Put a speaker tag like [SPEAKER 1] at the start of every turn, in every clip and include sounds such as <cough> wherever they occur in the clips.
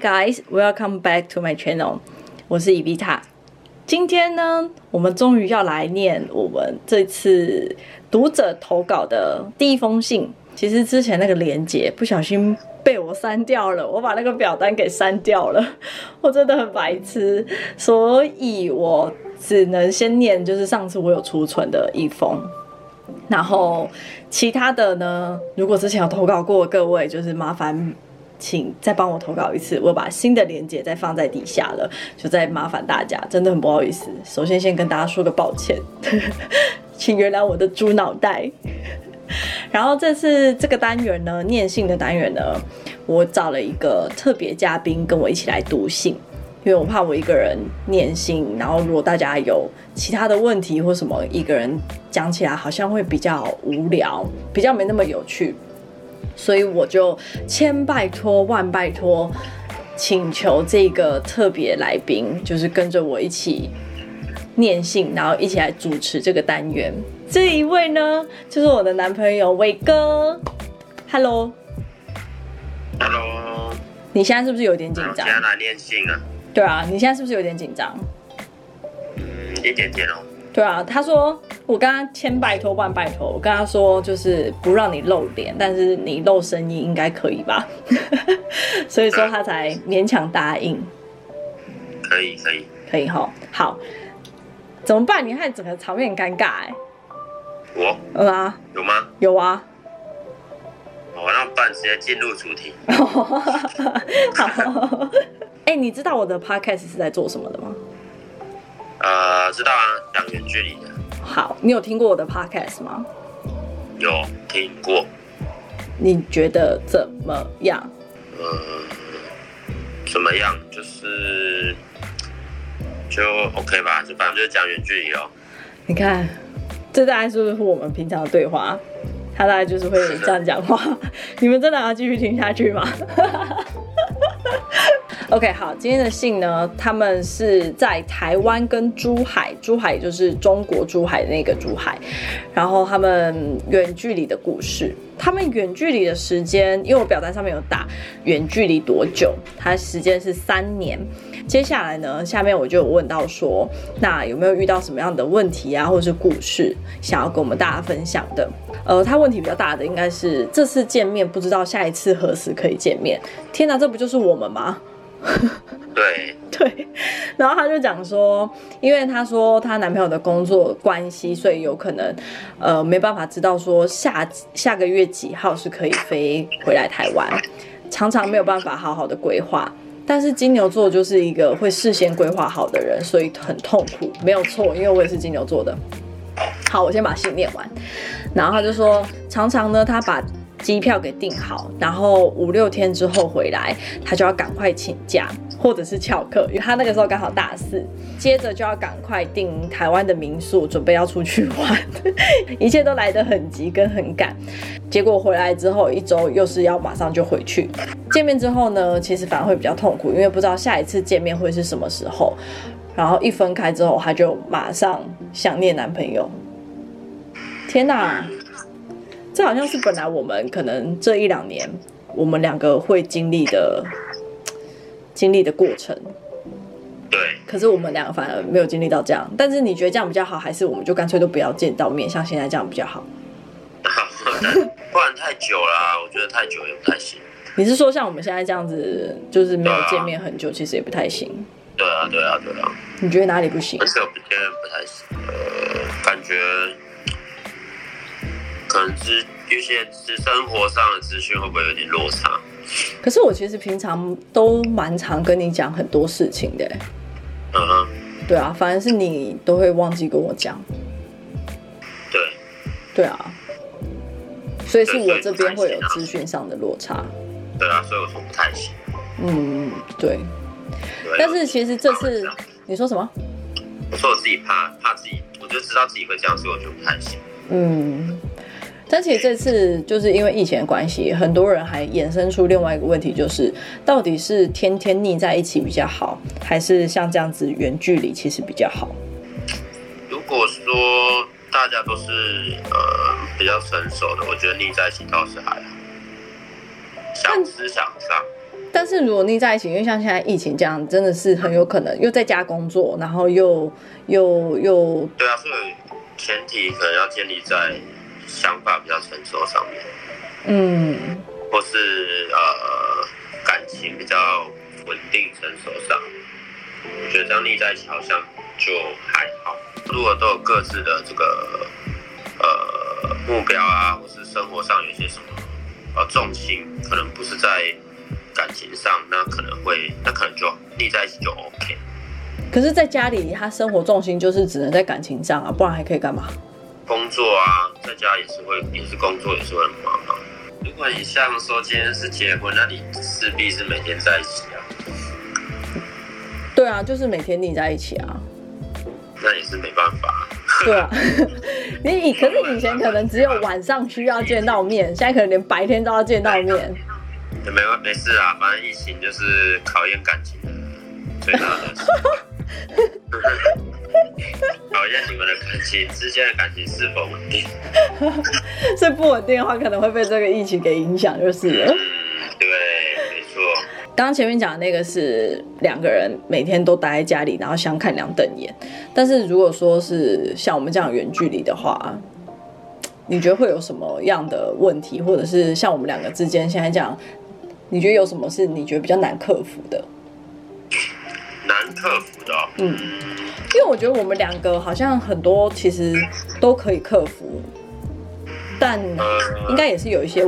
[SPEAKER 1] guys, welcome back to my channel。我是伊比塔。今天呢，我们终于要来念我们这次读者投稿的第一封信。其实之前那个连接不小心被我删掉了，我把那个表单给删掉了， <laughs> 我真的很白痴，所以我只能先念就是上次我有储存的一封。然后其他的呢，如果之前有投稿过的各位，就是麻烦请再帮我投稿一次，我把新的链接再放在底下了，就再麻烦大家，真的很不好意思。首先先跟大家说个抱歉， <laughs> 请原谅我的猪脑袋。然后这次这个单元呢，念信的单元呢，我找了一个特别嘉宾跟我一起来读信，因为我怕我一个人念信，然后如果大家有其他的问题或什么，一个人讲起来好像会比较无聊，比较没那么有趣，所以我就千拜托万拜托，请求这个特别来宾，就是跟着我一起念信，然后一起来主持这个单元。这一位呢，就是我的男朋友伟哥。Hello，
[SPEAKER 2] Hello，
[SPEAKER 1] 你现在是不是有点紧
[SPEAKER 2] 我现
[SPEAKER 1] 张？
[SPEAKER 2] 在来念信啊，
[SPEAKER 1] 对啊，你现在是不是有点紧张？
[SPEAKER 2] 嗯，一点点哦，
[SPEAKER 1] 对啊，他说我跟他千拜托万拜托，我跟他说就是不让你露脸，但是你露声音应该可以吧？ <laughs> 所以说他才勉强答应，
[SPEAKER 2] 可以可以，
[SPEAKER 1] 可以吼。好，怎么办？你害整个场面很尴尬哎、
[SPEAKER 2] 我
[SPEAKER 1] 嗯啊，
[SPEAKER 2] 有吗？
[SPEAKER 1] 有啊， <laughs>
[SPEAKER 2] 我让半直接进入主题，
[SPEAKER 1] 好。哎、你知道我的 podcast 是在做什么的吗？
[SPEAKER 2] 呃，知道啊，两远距离的
[SPEAKER 1] 好，你有听过我的 podcast 吗？
[SPEAKER 2] 有听过，
[SPEAKER 1] 你觉得怎么样？
[SPEAKER 2] 呃，怎么样？就是就 OK 吧，就反正就是讲远距离哦，
[SPEAKER 1] 你看，这大概是不是我们平常的对话？他大概就是会这样讲话。 <laughs> 你们真的要继续听下去吗？OK，好，今天的信呢，他们是在台湾跟珠海，珠海就是中国珠海的那个珠海，然后他们远距离的故事，他们远距离的时间，因为我表单上面有打远距离多久，它时间是三年。接下来呢，下面我就有问到说，那有没有遇到什么样的问题啊，或者是故事想要跟我们大家分享的？呃，他问题比较大的应该是这次见面不知道下一次何时可以见面。天哪，这不就是我们吗？
[SPEAKER 2] 对，
[SPEAKER 1] <laughs> 对，然后她就讲说，因为她说她男朋友的工作关系，所以有可能，呃，没办法知道说下下个月几号是可以飞回来台湾，常常没有办法好好的规划。但是金牛座就是一个会事先规划好的人，所以很痛苦，没有错，因为我也是金牛座的。好，我先把信念完。然后他就说，常常呢，他把机票给订好，然后五六天之后回来，他就要赶快请假或者是翘课，因为他那个时候刚好大四，接着就要赶快订台湾的民宿，准备要出去玩，一切都来得很急跟很赶。结果回来之后一周又是要马上就回去，见面之后呢，其实反而会比较痛苦，因为不知道下一次见面会是什么时候。然后一分开之后，她就马上想念男朋友。天哪，这好像是本来我们可能这一两年我们两个会经历的经历的过程，
[SPEAKER 2] 对，
[SPEAKER 1] 可是我们两个反而没有经历到这样。但是你觉得这样比较好，还是我们就干脆都不要见到面，像现在这样比较好？
[SPEAKER 2] 不然太久了啊、我觉得太久也不太行。
[SPEAKER 1] 你是说像我们现在这样子，就是没有见面很久，其实也不太行？
[SPEAKER 2] 对啊，对啊，对啊，
[SPEAKER 1] 你觉得哪里不行
[SPEAKER 2] 而？且我觉得不太行，呃，感觉可能是有些是生活上的资讯会不会有点落差？
[SPEAKER 1] 可是我其实平常都蛮常跟你讲很多事情的、欸
[SPEAKER 2] 嗯哼，
[SPEAKER 1] 对啊，反而是你都会忘记跟我讲，
[SPEAKER 2] 对，
[SPEAKER 1] 对啊，所以是
[SPEAKER 2] 对所
[SPEAKER 1] 我
[SPEAKER 2] 以
[SPEAKER 1] 这边会有
[SPEAKER 2] 不太行啊
[SPEAKER 1] 资讯上的落差，
[SPEAKER 2] 对啊，所以我说不太行。
[SPEAKER 1] 嗯，对。
[SPEAKER 2] 对啊
[SPEAKER 1] 但是其实这次
[SPEAKER 2] 我怕会
[SPEAKER 1] 你说什么？
[SPEAKER 2] 样我说我自己怕怕自己，我就知道自己会这样，所以我就不太行。
[SPEAKER 1] 嗯，但其实这次就是因为疫情的关系，很多人还衍生出另外一个问题，就是到底是天天腻在一起比较好，还是像这样子远距离其实比较好？
[SPEAKER 2] 如果说大家都是呃比较成熟的，我觉得腻在一起倒是还好，相思相上，
[SPEAKER 1] 但是如果腻在一起，因为像现在疫情这样，真的是很有可能又在家工作，然后又又又
[SPEAKER 2] 对啊，所以前提可能要建立在想法比较成熟上面，
[SPEAKER 1] 嗯
[SPEAKER 2] 或是呃感情比较稳定成熟上。我觉得这样腻在一起好像就还好。如果都有各自的这个呃目标啊，或是生活上有一些什么呃重心，可能不是在感情上，那可能会那可能就腻在一起就 OK。
[SPEAKER 1] 可是，在家里他生活重心就是只能在感情上啊，不然还可以干嘛？
[SPEAKER 2] 工作啊，在家也是会，也是工作，也是会很忙啊。如果你像说今天是结婚，那你势必是每天在一起啊，
[SPEAKER 1] 对啊，就是每天腻在一起啊。
[SPEAKER 2] 那也是没办法。
[SPEAKER 1] 对啊， <laughs> 你以可是以前可能只有晚上需要见到面，现在可能连白天都要见到面。
[SPEAKER 2] 也没关没事啊，反正疫情就是考验感情的最大的时候，考验你们的感情之间的感情是否稳定。
[SPEAKER 1] 所以不稳定的话，可能会被这个疫情给影响，就是了。
[SPEAKER 2] 嗯，对，没错，
[SPEAKER 1] 刚刚前面讲的那个是两个人每天都待在家里，然后相看两瞪眼。但是如果说是像我们这样远距离的话，你觉得会有什么样的问题，或者是像我们两个之间现在这样，你觉得有什么是你觉得比较难克服的？
[SPEAKER 2] 难克服的、哦。
[SPEAKER 1] 嗯，因为我觉得我们两个好像很多其实都可以克服，但
[SPEAKER 2] 呃
[SPEAKER 1] 应该也是有一些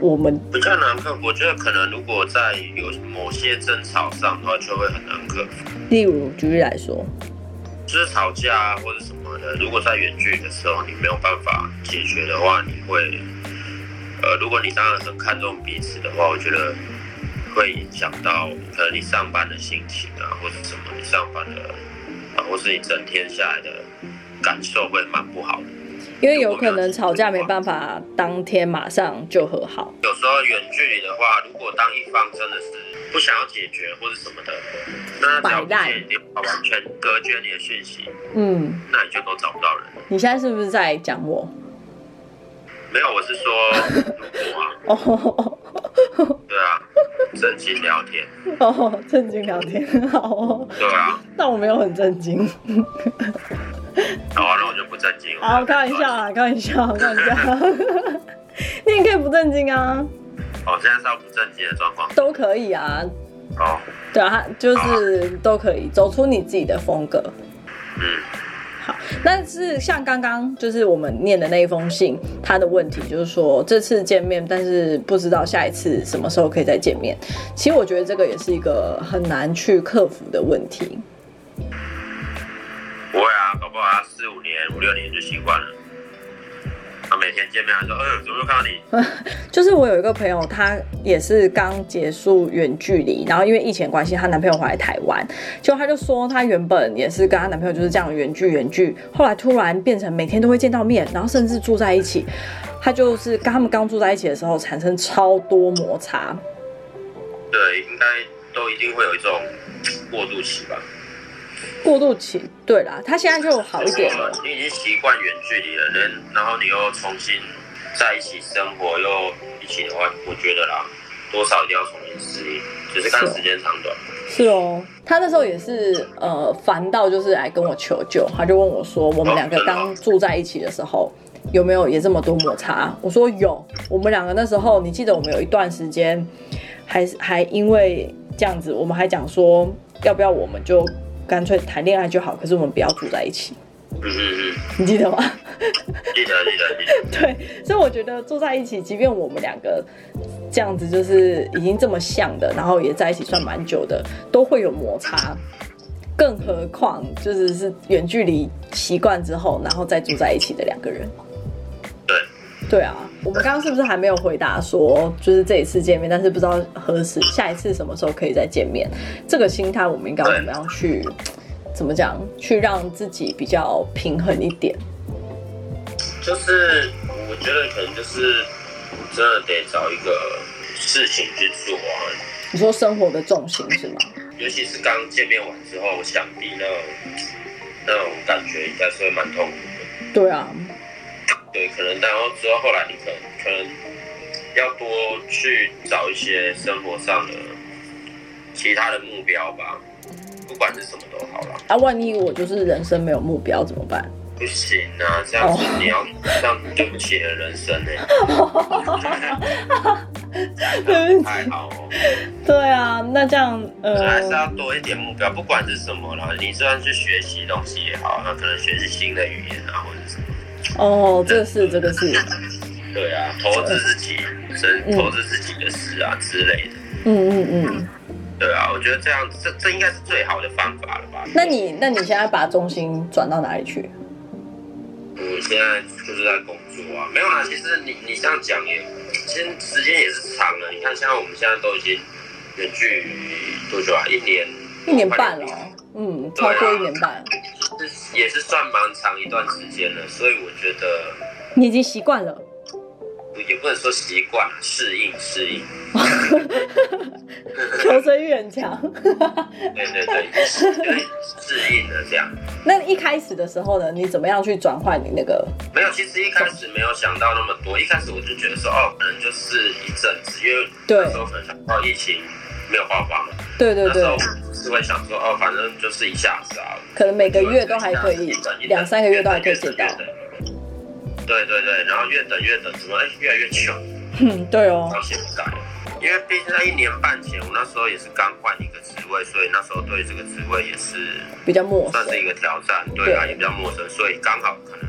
[SPEAKER 1] 我们
[SPEAKER 2] 比较难克服，我觉得可能如果在有某些争吵上的话，就会很难克服，
[SPEAKER 1] 例如举例来说，
[SPEAKER 2] 就是吵架啊或者什么的。如果在远距离的时候你没有办法解决的话，你会，呃，如果你当然很看重彼此的话，我觉得会影响到可能你上班的心情啊，或者什么你上班的啊，或是你整天下来的感受会蛮不好的。
[SPEAKER 1] 因为有可能吵架没办法当天马上就和好，
[SPEAKER 2] 有时候远距离的话，如果当一方真的是不想要解决或者什么的，那找不
[SPEAKER 1] 摆烂
[SPEAKER 2] 见你完全隔绝你的讯息，
[SPEAKER 1] 嗯，
[SPEAKER 2] 那你就都找不到人了。
[SPEAKER 1] 你现在是不是在讲我？
[SPEAKER 2] 没有，我是说，如果啊，
[SPEAKER 1] 哦 <laughs>
[SPEAKER 2] 对啊，真心聊天，
[SPEAKER 1] 哦，正经聊天，好哦。
[SPEAKER 2] 对啊，
[SPEAKER 1] 但我没有很震惊，
[SPEAKER 2] 好啊，那我就不正经。
[SPEAKER 1] 好，开玩笑。啊，开玩笑，开玩笑。 <laughs> 你也可以不震惊啊，
[SPEAKER 2] 哦，现在是要不正经的状况。
[SPEAKER 1] 都可以啊，
[SPEAKER 2] 哦，
[SPEAKER 1] 对啊，他就是都可以走出你自己的风格。
[SPEAKER 2] 嗯，
[SPEAKER 1] 但是像刚刚就是我们念的那一封信，他的问题就是说这次见面，但是不知道下一次什么时候可以再见面。其实我觉得这个也是一个很难去克服的问题。
[SPEAKER 2] 不会啊，搞不好他四五年、五六年就习惯了。他每天见面还说，嗯、怎么又看到你？
[SPEAKER 1] 就是我有一个朋友，她也是刚结束远距离，然后因为疫情的关系，她男朋友回来台湾，就她就说她原本也是跟她男朋友就是这样远距远距，后来突然变成每天都会见到面，然后甚至住在一起。她就是跟他们刚住在一起的时候，产生超多摩擦。
[SPEAKER 2] 对，应该都一定会有一种过渡期吧。
[SPEAKER 1] 过渡期，对啦，他现在就好一点了。
[SPEAKER 2] 你已经习惯远距离了，人然后你又重新在一起生活，又一起的话，我觉得啦，多少一定要重新适应，只是看时间长短。
[SPEAKER 1] 是哦，他那时候也是呃烦到就是来跟我求救，他就问我说，我们两个刚住在一起的时候有没有也这么多摩擦？我说有，我们两个那时候你记得我们有一段时间还还因为这样子，我们还讲说要不要我们就干脆谈恋爱就好，可是我们不要住在一起，
[SPEAKER 2] 嗯嗯
[SPEAKER 1] 你记得吗？
[SPEAKER 2] 嗯，记得记得记
[SPEAKER 1] <laughs>
[SPEAKER 2] 得。
[SPEAKER 1] 对，所以我觉得住在一起，即便我们两个这样子，就是已经这么像的，然后也在一起算蛮久的，都会有摩擦。更何况就是是远距离习惯之后，然后再住在一起的两个人。
[SPEAKER 2] 对，
[SPEAKER 1] 对啊，我们刚刚是不是还没有回答说，就是这一次见面，但是不知道何时下一次什么时候可以再见面？这个心态我们应该要怎么样去，怎么讲，去让自己比较平衡一点？
[SPEAKER 2] 就是我觉得可能就是真的得找一个事情去做啊，
[SPEAKER 1] 你说生活的重心是吗？
[SPEAKER 2] 尤其是刚见面完之后，我想必那种那种感觉应该是会蛮痛苦的。
[SPEAKER 1] 对啊，
[SPEAKER 2] 对，可能然后之后后来你可能可能要多去找一些生活上的其他的目标吧，
[SPEAKER 1] 嗯
[SPEAKER 2] 不管是什么都好啦。
[SPEAKER 1] 啊，万一我就是人生没有目标怎么办？
[SPEAKER 2] 不行啊，这样子
[SPEAKER 1] 哦
[SPEAKER 2] 你要、这样子对不起你的人生欸呢、
[SPEAKER 1] <laughs> 对不起
[SPEAKER 2] 还好哦，
[SPEAKER 1] 对啊，那这样
[SPEAKER 2] 还是
[SPEAKER 1] 呃，
[SPEAKER 2] 要多一点目标，不管是什么啦。你就算去学习东西也好，那可能学习新的语言啊，或者什么。
[SPEAKER 1] 哦，这个是这个是，
[SPEAKER 2] 对啊，投资自己，真
[SPEAKER 1] 嗯
[SPEAKER 2] 投资自己的事啊之类的。
[SPEAKER 1] 嗯嗯嗯。
[SPEAKER 2] 对啊，我觉得这样，这这应该是最好的方法了吧？
[SPEAKER 1] 那你那你现在把重心转到哪里去？
[SPEAKER 2] 我嗯现在就是在工作啊，没有啦。其实你你这样讲也，其实时间也是长了。你看，像我们现在都已经远距离多久啊？一年，
[SPEAKER 1] 一年半了
[SPEAKER 2] 快两
[SPEAKER 1] 哦，嗯，超过一年半，
[SPEAKER 2] 年，是也是算蛮长一段时间了。所以我觉得
[SPEAKER 1] 你已经习惯了。
[SPEAKER 2] 也不能说习惯，适应适应。
[SPEAKER 1] <laughs> 求生欲很强。 <laughs>
[SPEAKER 2] 对对对，有点适应了这样。
[SPEAKER 1] 那一开始的时候呢，你怎么样去转换你那个？
[SPEAKER 2] 没有，其实一开始没有想到那么多，一开始我就觉得说，哦，可能就是一阵子，因为
[SPEAKER 1] 对
[SPEAKER 2] 那时候可能想到疫情没有爆发嘛，
[SPEAKER 1] 对对
[SPEAKER 2] 那时
[SPEAKER 1] 对
[SPEAKER 2] 候，我是会想说，哦，反正就是一下子啊，
[SPEAKER 1] 可能每个月都还可以
[SPEAKER 2] 一等，一等
[SPEAKER 1] 两三个月都还可以
[SPEAKER 2] 越
[SPEAKER 1] 接
[SPEAKER 2] 等
[SPEAKER 1] 到
[SPEAKER 2] 越。等对对对，然后越等越等，怎么哎越来越穷，
[SPEAKER 1] 嗯，对哦，
[SPEAKER 2] 到现在。因为毕竟在一年半前，我那时候也是刚换一个职位，所以那时候对这个职位也是
[SPEAKER 1] 比较陌
[SPEAKER 2] 算
[SPEAKER 1] 生。
[SPEAKER 2] 是一个挑战，对啊，
[SPEAKER 1] 对
[SPEAKER 2] 也比较陌生，所以刚好可能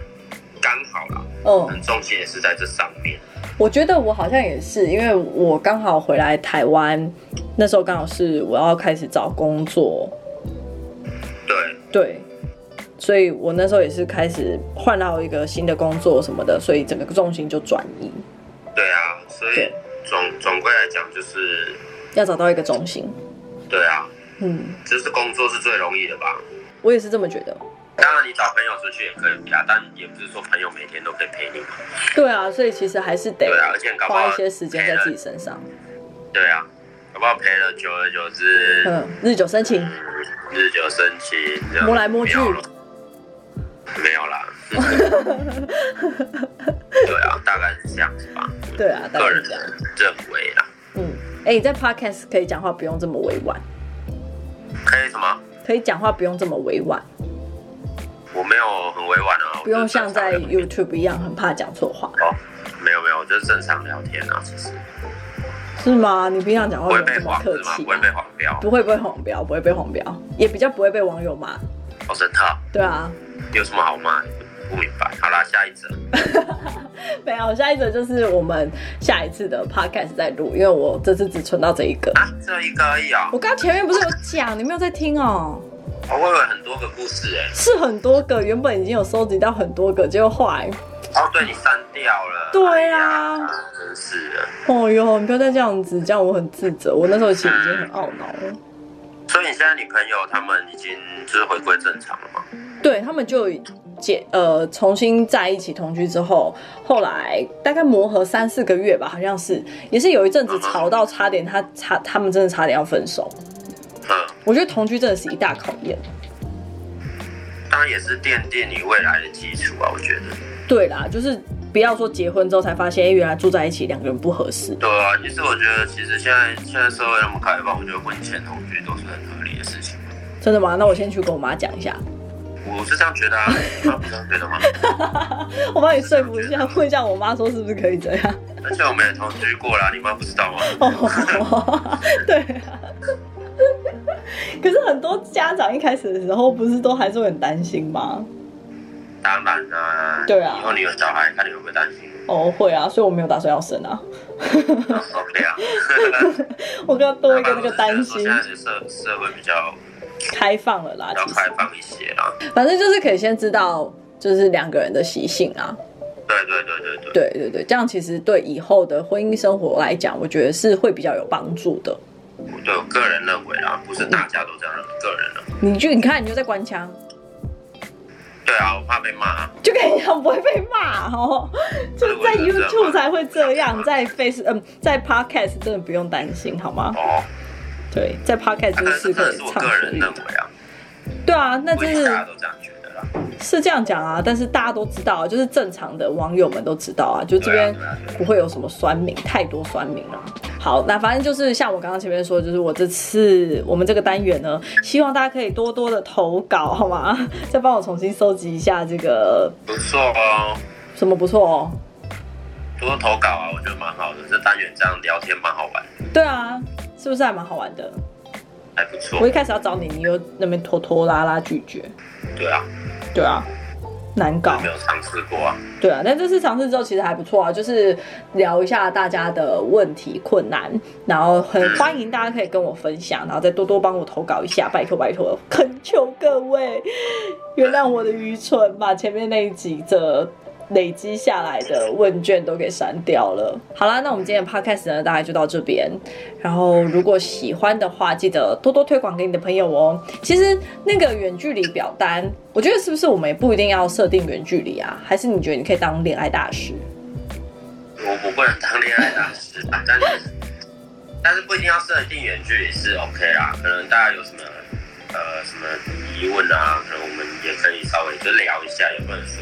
[SPEAKER 2] 刚好啦，
[SPEAKER 1] 嗯
[SPEAKER 2] 可，能重心也是在这上面。
[SPEAKER 1] 我觉得我好像也是，因为我刚好回来台湾，那时候刚好是我要开始找工作，
[SPEAKER 2] 对，
[SPEAKER 1] 对，所以我那时候也是开始换到一个新的工作什么的，所以整个重心就转移，
[SPEAKER 2] 对啊，所以
[SPEAKER 1] 对
[SPEAKER 2] 总总归来讲就是，
[SPEAKER 1] 要找到一个中心。
[SPEAKER 2] 对啊，
[SPEAKER 1] 嗯，
[SPEAKER 2] 就是工作是最容易的吧。
[SPEAKER 1] 我也是这么觉得。
[SPEAKER 2] 当然，你找朋友出去也可以啊，但也不是说朋友每天都可以陪你嘛。
[SPEAKER 1] 对啊，所以其实还是得
[SPEAKER 2] 对啊而且搞不好
[SPEAKER 1] 花一些时间在自己身上。
[SPEAKER 2] 对啊，好不好？陪了，久而久之，
[SPEAKER 1] 嗯，日久生情，
[SPEAKER 2] 嗯，日久生情，这样
[SPEAKER 1] 摸来摸去
[SPEAKER 2] 没有了没有啦。
[SPEAKER 1] <laughs>
[SPEAKER 2] 对啊，大概是这样子吧。
[SPEAKER 1] 对啊，大
[SPEAKER 2] 个
[SPEAKER 1] 概是
[SPEAKER 2] 人
[SPEAKER 1] 这样。
[SPEAKER 2] 认为啦，
[SPEAKER 1] 嗯，哎、你在 podcast 可以讲话不用这么委婉，
[SPEAKER 2] 可以什么？
[SPEAKER 1] 可以讲话不用这么委婉，
[SPEAKER 2] 我没有很委婉啊，
[SPEAKER 1] 不用像在
[SPEAKER 2] 我就正常聊
[SPEAKER 1] YouTube 一样很怕讲错话，
[SPEAKER 2] 哦，没有没有，我就是正常聊天啊，其实
[SPEAKER 1] 哦是吗？你平常讲
[SPEAKER 2] 不
[SPEAKER 1] 话没
[SPEAKER 2] 会
[SPEAKER 1] 有
[SPEAKER 2] 被
[SPEAKER 1] 这么
[SPEAKER 2] 黄
[SPEAKER 1] 客
[SPEAKER 2] 是吗？
[SPEAKER 1] 气啊
[SPEAKER 2] 不会
[SPEAKER 1] 吗、
[SPEAKER 2] 被黄标，
[SPEAKER 1] 不会不会黄标，不会被黄标，也比较不会被网友骂。
[SPEAKER 2] 哦，真的，
[SPEAKER 1] 对啊， <laughs>
[SPEAKER 2] 有什么好骂？不明白。好啦，下一则。
[SPEAKER 1] 没有，下一则就是我们下一次的 podcast 再录，因为我这次只存到这一个。
[SPEAKER 2] 啊，只有一个而已啊、
[SPEAKER 1] 我刚前面不是有讲，你没有在听哦、
[SPEAKER 2] 哦，我有很多个故事哎、
[SPEAKER 1] 是很多个，原本已经有收集到很多个，结果后来，
[SPEAKER 2] 哦，对你删掉了。
[SPEAKER 1] 对啊
[SPEAKER 2] 哎呀真是的。
[SPEAKER 1] 哦哟，你不要再这样子，这样我很自责。我那时候其实已经很懊恼了。
[SPEAKER 2] 所以你现在女朋友他们已经就是回归正常了吗？
[SPEAKER 1] 对他们就解呃重新在一起同居之后，后来大概磨合三四个月吧，好像是也是有一阵子吵到差点他差他们真的差点要分手。
[SPEAKER 2] 嗯，
[SPEAKER 1] 我觉得同居真的是一大考验。
[SPEAKER 2] 当然也是奠定你未来的基础啊，我觉得。
[SPEAKER 1] 对啦，就是不要说结婚之后才发现，哎、原来住在一起两个人不合适。
[SPEAKER 2] 对啊，其实我觉得其实现在现在社会那么开放，我觉得婚前同居都是很合理的事情。
[SPEAKER 1] 真的吗？那我先去跟我妈讲一下，
[SPEAKER 2] 我是这样觉得啊，你们不是这样觉
[SPEAKER 1] <laughs>
[SPEAKER 2] 得吗？
[SPEAKER 1] 我帮你说服一下，问一下我妈说是不是可以这样。 <laughs>
[SPEAKER 2] 而且我们也同居过啦，你妈不知道啊吗？
[SPEAKER 1] 哦，对啊。可是很多家长一开始的时候，不是都还是会很担心吗？
[SPEAKER 2] 当然啦、
[SPEAKER 1] 对啊
[SPEAKER 2] 以后你有小孩，看你会不会担心
[SPEAKER 1] <laughs> 哦，会啊，所以我没有打算要生啊，
[SPEAKER 2] ？OK 啊，
[SPEAKER 1] <laughs> 我跟他多一个那个担心
[SPEAKER 2] 现，在的社社会比较
[SPEAKER 1] 开放了啦
[SPEAKER 2] 比较，
[SPEAKER 1] 其
[SPEAKER 2] 开
[SPEAKER 1] 实
[SPEAKER 2] 放一些啊啦。
[SPEAKER 1] 反正就是可以先知道就是两个人的习性啊，
[SPEAKER 2] 对对对对对。
[SPEAKER 1] 对对对，这样其实对以后的婚姻生活来讲，我觉得是会比较有帮助的。
[SPEAKER 2] 我对我个人认为啊，不是大家都这样认为，个人认为。
[SPEAKER 1] 你就你看你就在官腔，
[SPEAKER 2] 对啊，我怕被骂啊。
[SPEAKER 1] 就跟你讲不会被骂哦，就是在 YouTube 才会这样，在 Face 嗯、在 Podcast 真的不用担心好吗？
[SPEAKER 2] 哦，
[SPEAKER 1] 对，在 Podcast
[SPEAKER 2] 啊
[SPEAKER 1] 就
[SPEAKER 2] 但
[SPEAKER 1] 是
[SPEAKER 2] 是
[SPEAKER 1] 可
[SPEAKER 2] 这
[SPEAKER 1] 以
[SPEAKER 2] 是我
[SPEAKER 1] 畅
[SPEAKER 2] 个
[SPEAKER 1] 所
[SPEAKER 2] 人
[SPEAKER 1] 欲
[SPEAKER 2] 认
[SPEAKER 1] 言。
[SPEAKER 2] 为啊，
[SPEAKER 1] 对啊，那
[SPEAKER 2] 不
[SPEAKER 1] 就
[SPEAKER 2] 一定大家
[SPEAKER 1] 是
[SPEAKER 2] 都这样觉得啦。
[SPEAKER 1] 是这样讲啊，但是大家都知道啊，就是正常的网友们都知道啊，就这边
[SPEAKER 2] 对啊对啊对啊
[SPEAKER 1] 不会有什么酸民，太多酸民了。好，那反正就是像我刚刚前面说，就是我这次我们这个单元呢，希望大家可以多多的投稿，好吗？再帮我重新搜集一下这个
[SPEAKER 2] 不错哦，
[SPEAKER 1] 什么不错哦。
[SPEAKER 2] 多投稿啊，我觉得蛮好的。这单元这样聊天蛮好玩，
[SPEAKER 1] 对啊，是不是还蛮好玩的？
[SPEAKER 2] 还不错
[SPEAKER 1] 我一。开始要找你，你又那边拖拖拉拉拒绝，
[SPEAKER 2] 对啊，
[SPEAKER 1] 对啊，难搞
[SPEAKER 2] 没。有尝试过啊。
[SPEAKER 1] 对啊，但这次尝试之后其实还不错啊，就是聊一下大家的问题困难，然后很欢迎大家可以跟我分享，然后再多多帮我投稿一下，拜托拜托，恳求各位原谅我的愚蠢，把前面那几则累积下来的问卷都给删掉了。好啦，那我们今天的 podcast 呢，大概就到这边。然后如果喜欢的话，记得多多推广给你的朋友哦。其实那个远距离表单，我觉得是不是我们也不一定要设定远距离啊？还是你觉得你可以当恋爱大师？
[SPEAKER 2] 我我不能当恋爱大师啊，但是但是不一定要设定远距离是 OK 啦。可能大家有什么呃什么疑问啊，可能我们也可以稍微就聊一下，也不能说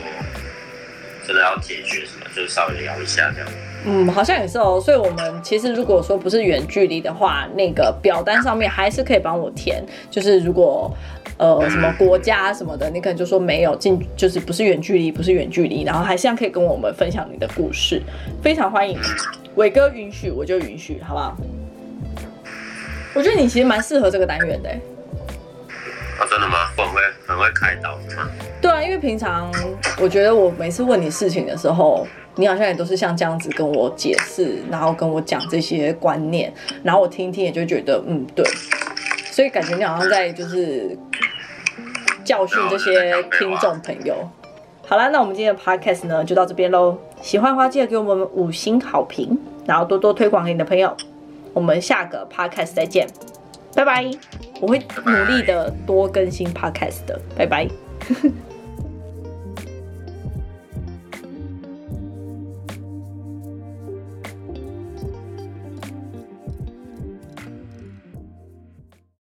[SPEAKER 2] 真的要解决什么，就是稍微聊一下这样。
[SPEAKER 1] 嗯，好像也是哦。所以，我们其实如果说不是远距离的话，那个表单上面还是可以帮我填。就是如果呃什么国家什么的，你可能就说没有进，就是不是远距离，不是远距离，然后还是一样可以跟我们分享你的故事，非常欢迎。伟哥允许我就允许，好不好？我觉得你其实蛮适合这个单元的欸。
[SPEAKER 2] 啊，真的吗？我很会很会开导是吗？
[SPEAKER 1] 对啊，因为平常我觉得我每次问你事情的时候，你好像也都是像这样子跟我解释，然后跟我讲这些观念，然后我听一听也就觉得嗯对，所以感觉你好像在就是教训这些听众朋友。好啦，那我们今天的 podcast 呢就到这边喽。喜欢的话记得给我们五星好评，然后多多推广给你的朋友。我们下个 podcast 再见，拜拜！我会努力的多更新 podcast 的，拜拜。